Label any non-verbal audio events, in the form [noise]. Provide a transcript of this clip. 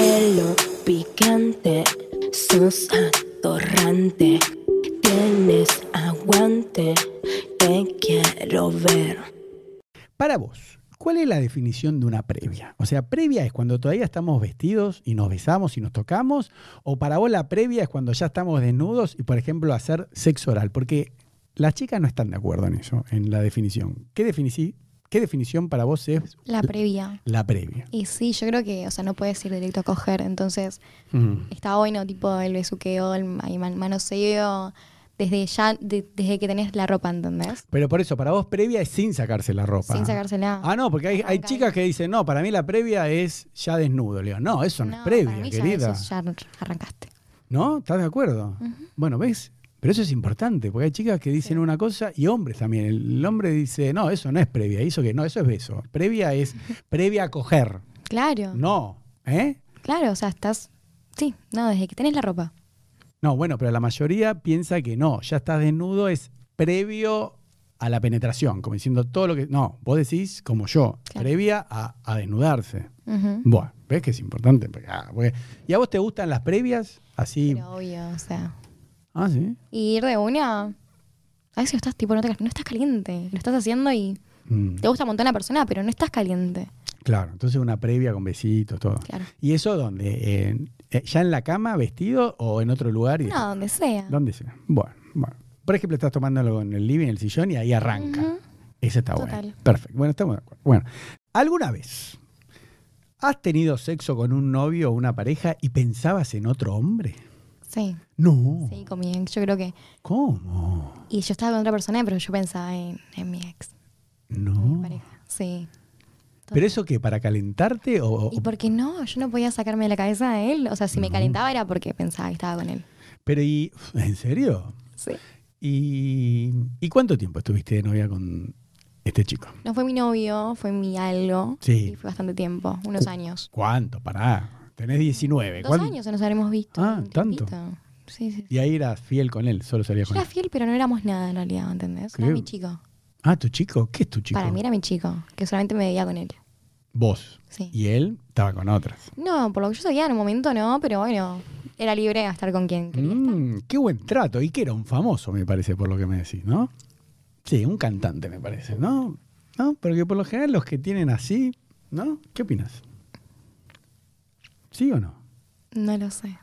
pelo picante, sos atorrante, tienes aguante, te quiero ver. Para vos, ¿cuál es la definición de una previa? O sea, previa es cuando todavía estamos vestidos y nos besamos y nos tocamos, o para vos la previa es cuando ya estamos desnudos y, por ejemplo, hacer sexo oral, porque las chicas no están de acuerdo en eso, en la definición. ¿Qué, definici- qué definición para vos es La previa. la previa? Y sí, yo creo que, o sea, no puedes ir directo a coger, entonces Mm. está bueno tipo el besuqueo, el ma- man- manoseo, desde ya, de- desde que tenés la ropa, ¿entendés? Pero por eso, para vos previa es sin sacarse la ropa. Sin sacársela. Ah, no, porque hay, hay Ok. chicas que dicen, no, para mí la previa es ya desnudo. Le digo, no, eso no, es para previa, mí ya querida. eso Ya, arrancaste. ¿No? ¿Estás de acuerdo? Bueno, ¿ves? Pero eso es importante, porque hay chicas que dicen una cosa y hombres también. El, el hombre dice, no, eso no es previa. Hizo que, no, eso es beso. Previa [laughs] es previa a coger. Claro, No, ¿eh? claro, o sea, estás, sí, no, desde que tenés la ropa. No, bueno, pero la mayoría piensa que no, ya estás desnudo, es previo a la penetración, como diciendo todo lo que... No, vos decís como yo, Claro. previa a, a desnudarse. Ujú. Bueno, ves que es importante. Porque, ah, porque- ¿Y a vos te gustan las previas? Así... Pero obvio, o sea. Ah, sí. Y ir de una, a veces no estás tipo, no, te- no estás caliente, lo estás haciendo y Mm, te gusta un montón la persona, pero no estás caliente. claro, entonces una previa con besitos, todo. Claro. ¿Y eso dónde? En- eh, ¿Ya en la cama, vestido o en otro lugar? Y- No, donde sea. ¿Dónde sea? Bueno, bueno. Por ejemplo, estás tomándolo en el living, en el sillón y ahí arranca. Ujú. Esa está Total. buena. Perfecto. Bueno, estamos de acuerdo. Bueno, ¿alguna vez has tenido sexo con un novio o una pareja y pensabas en otro hombre? Sí, No. sí, con mi ex, yo creo que. ¿Cómo? Y yo estaba con otra persona, pero yo pensaba en, en mi ex, en mi No. pareja. Sí. ¿Pero eso qué? ¿Para calentarte o...? o- ¿Y por qué no? Yo no podía sacarme de la cabeza de él. O sea, si me No. calentaba era porque pensaba que estaba con él. Pero y... ¿En serio? Sí. ¿Y, ¿Y cuánto tiempo estuviste de novia con este chico? No fue mi novio, fue mi algo. Sí. Y fue bastante tiempo, unos años. ¿Cuánto? Pará. Tenés 19. Dos ¿Cuán- años nos habremos visto. Ah, un ¿tanto? tiempito. Sí, sí. Y ahí eras fiel con él, solo salías Yo con era él. fiel, pero no éramos nada en realidad, ¿entendés? Era Creo- mi chico. Ah, ¿tu chico? ¿Qué es tu chico? Para mí era mi chico, que solamente me veía con él. Vos. Sí. Y él estaba con otras. No, por lo que yo sabía en un momento no, pero bueno, era libre a estar con quien quería estar. Mm, qué buen trato. Y que era un famoso, me parece, por lo que me decís, ¿no? Sí, un cantante, me parece, ¿no? ¿No? Pero que por lo general los que tienen así, ¿no? ¿Qué opinas? ¿Sí o no? No lo sé.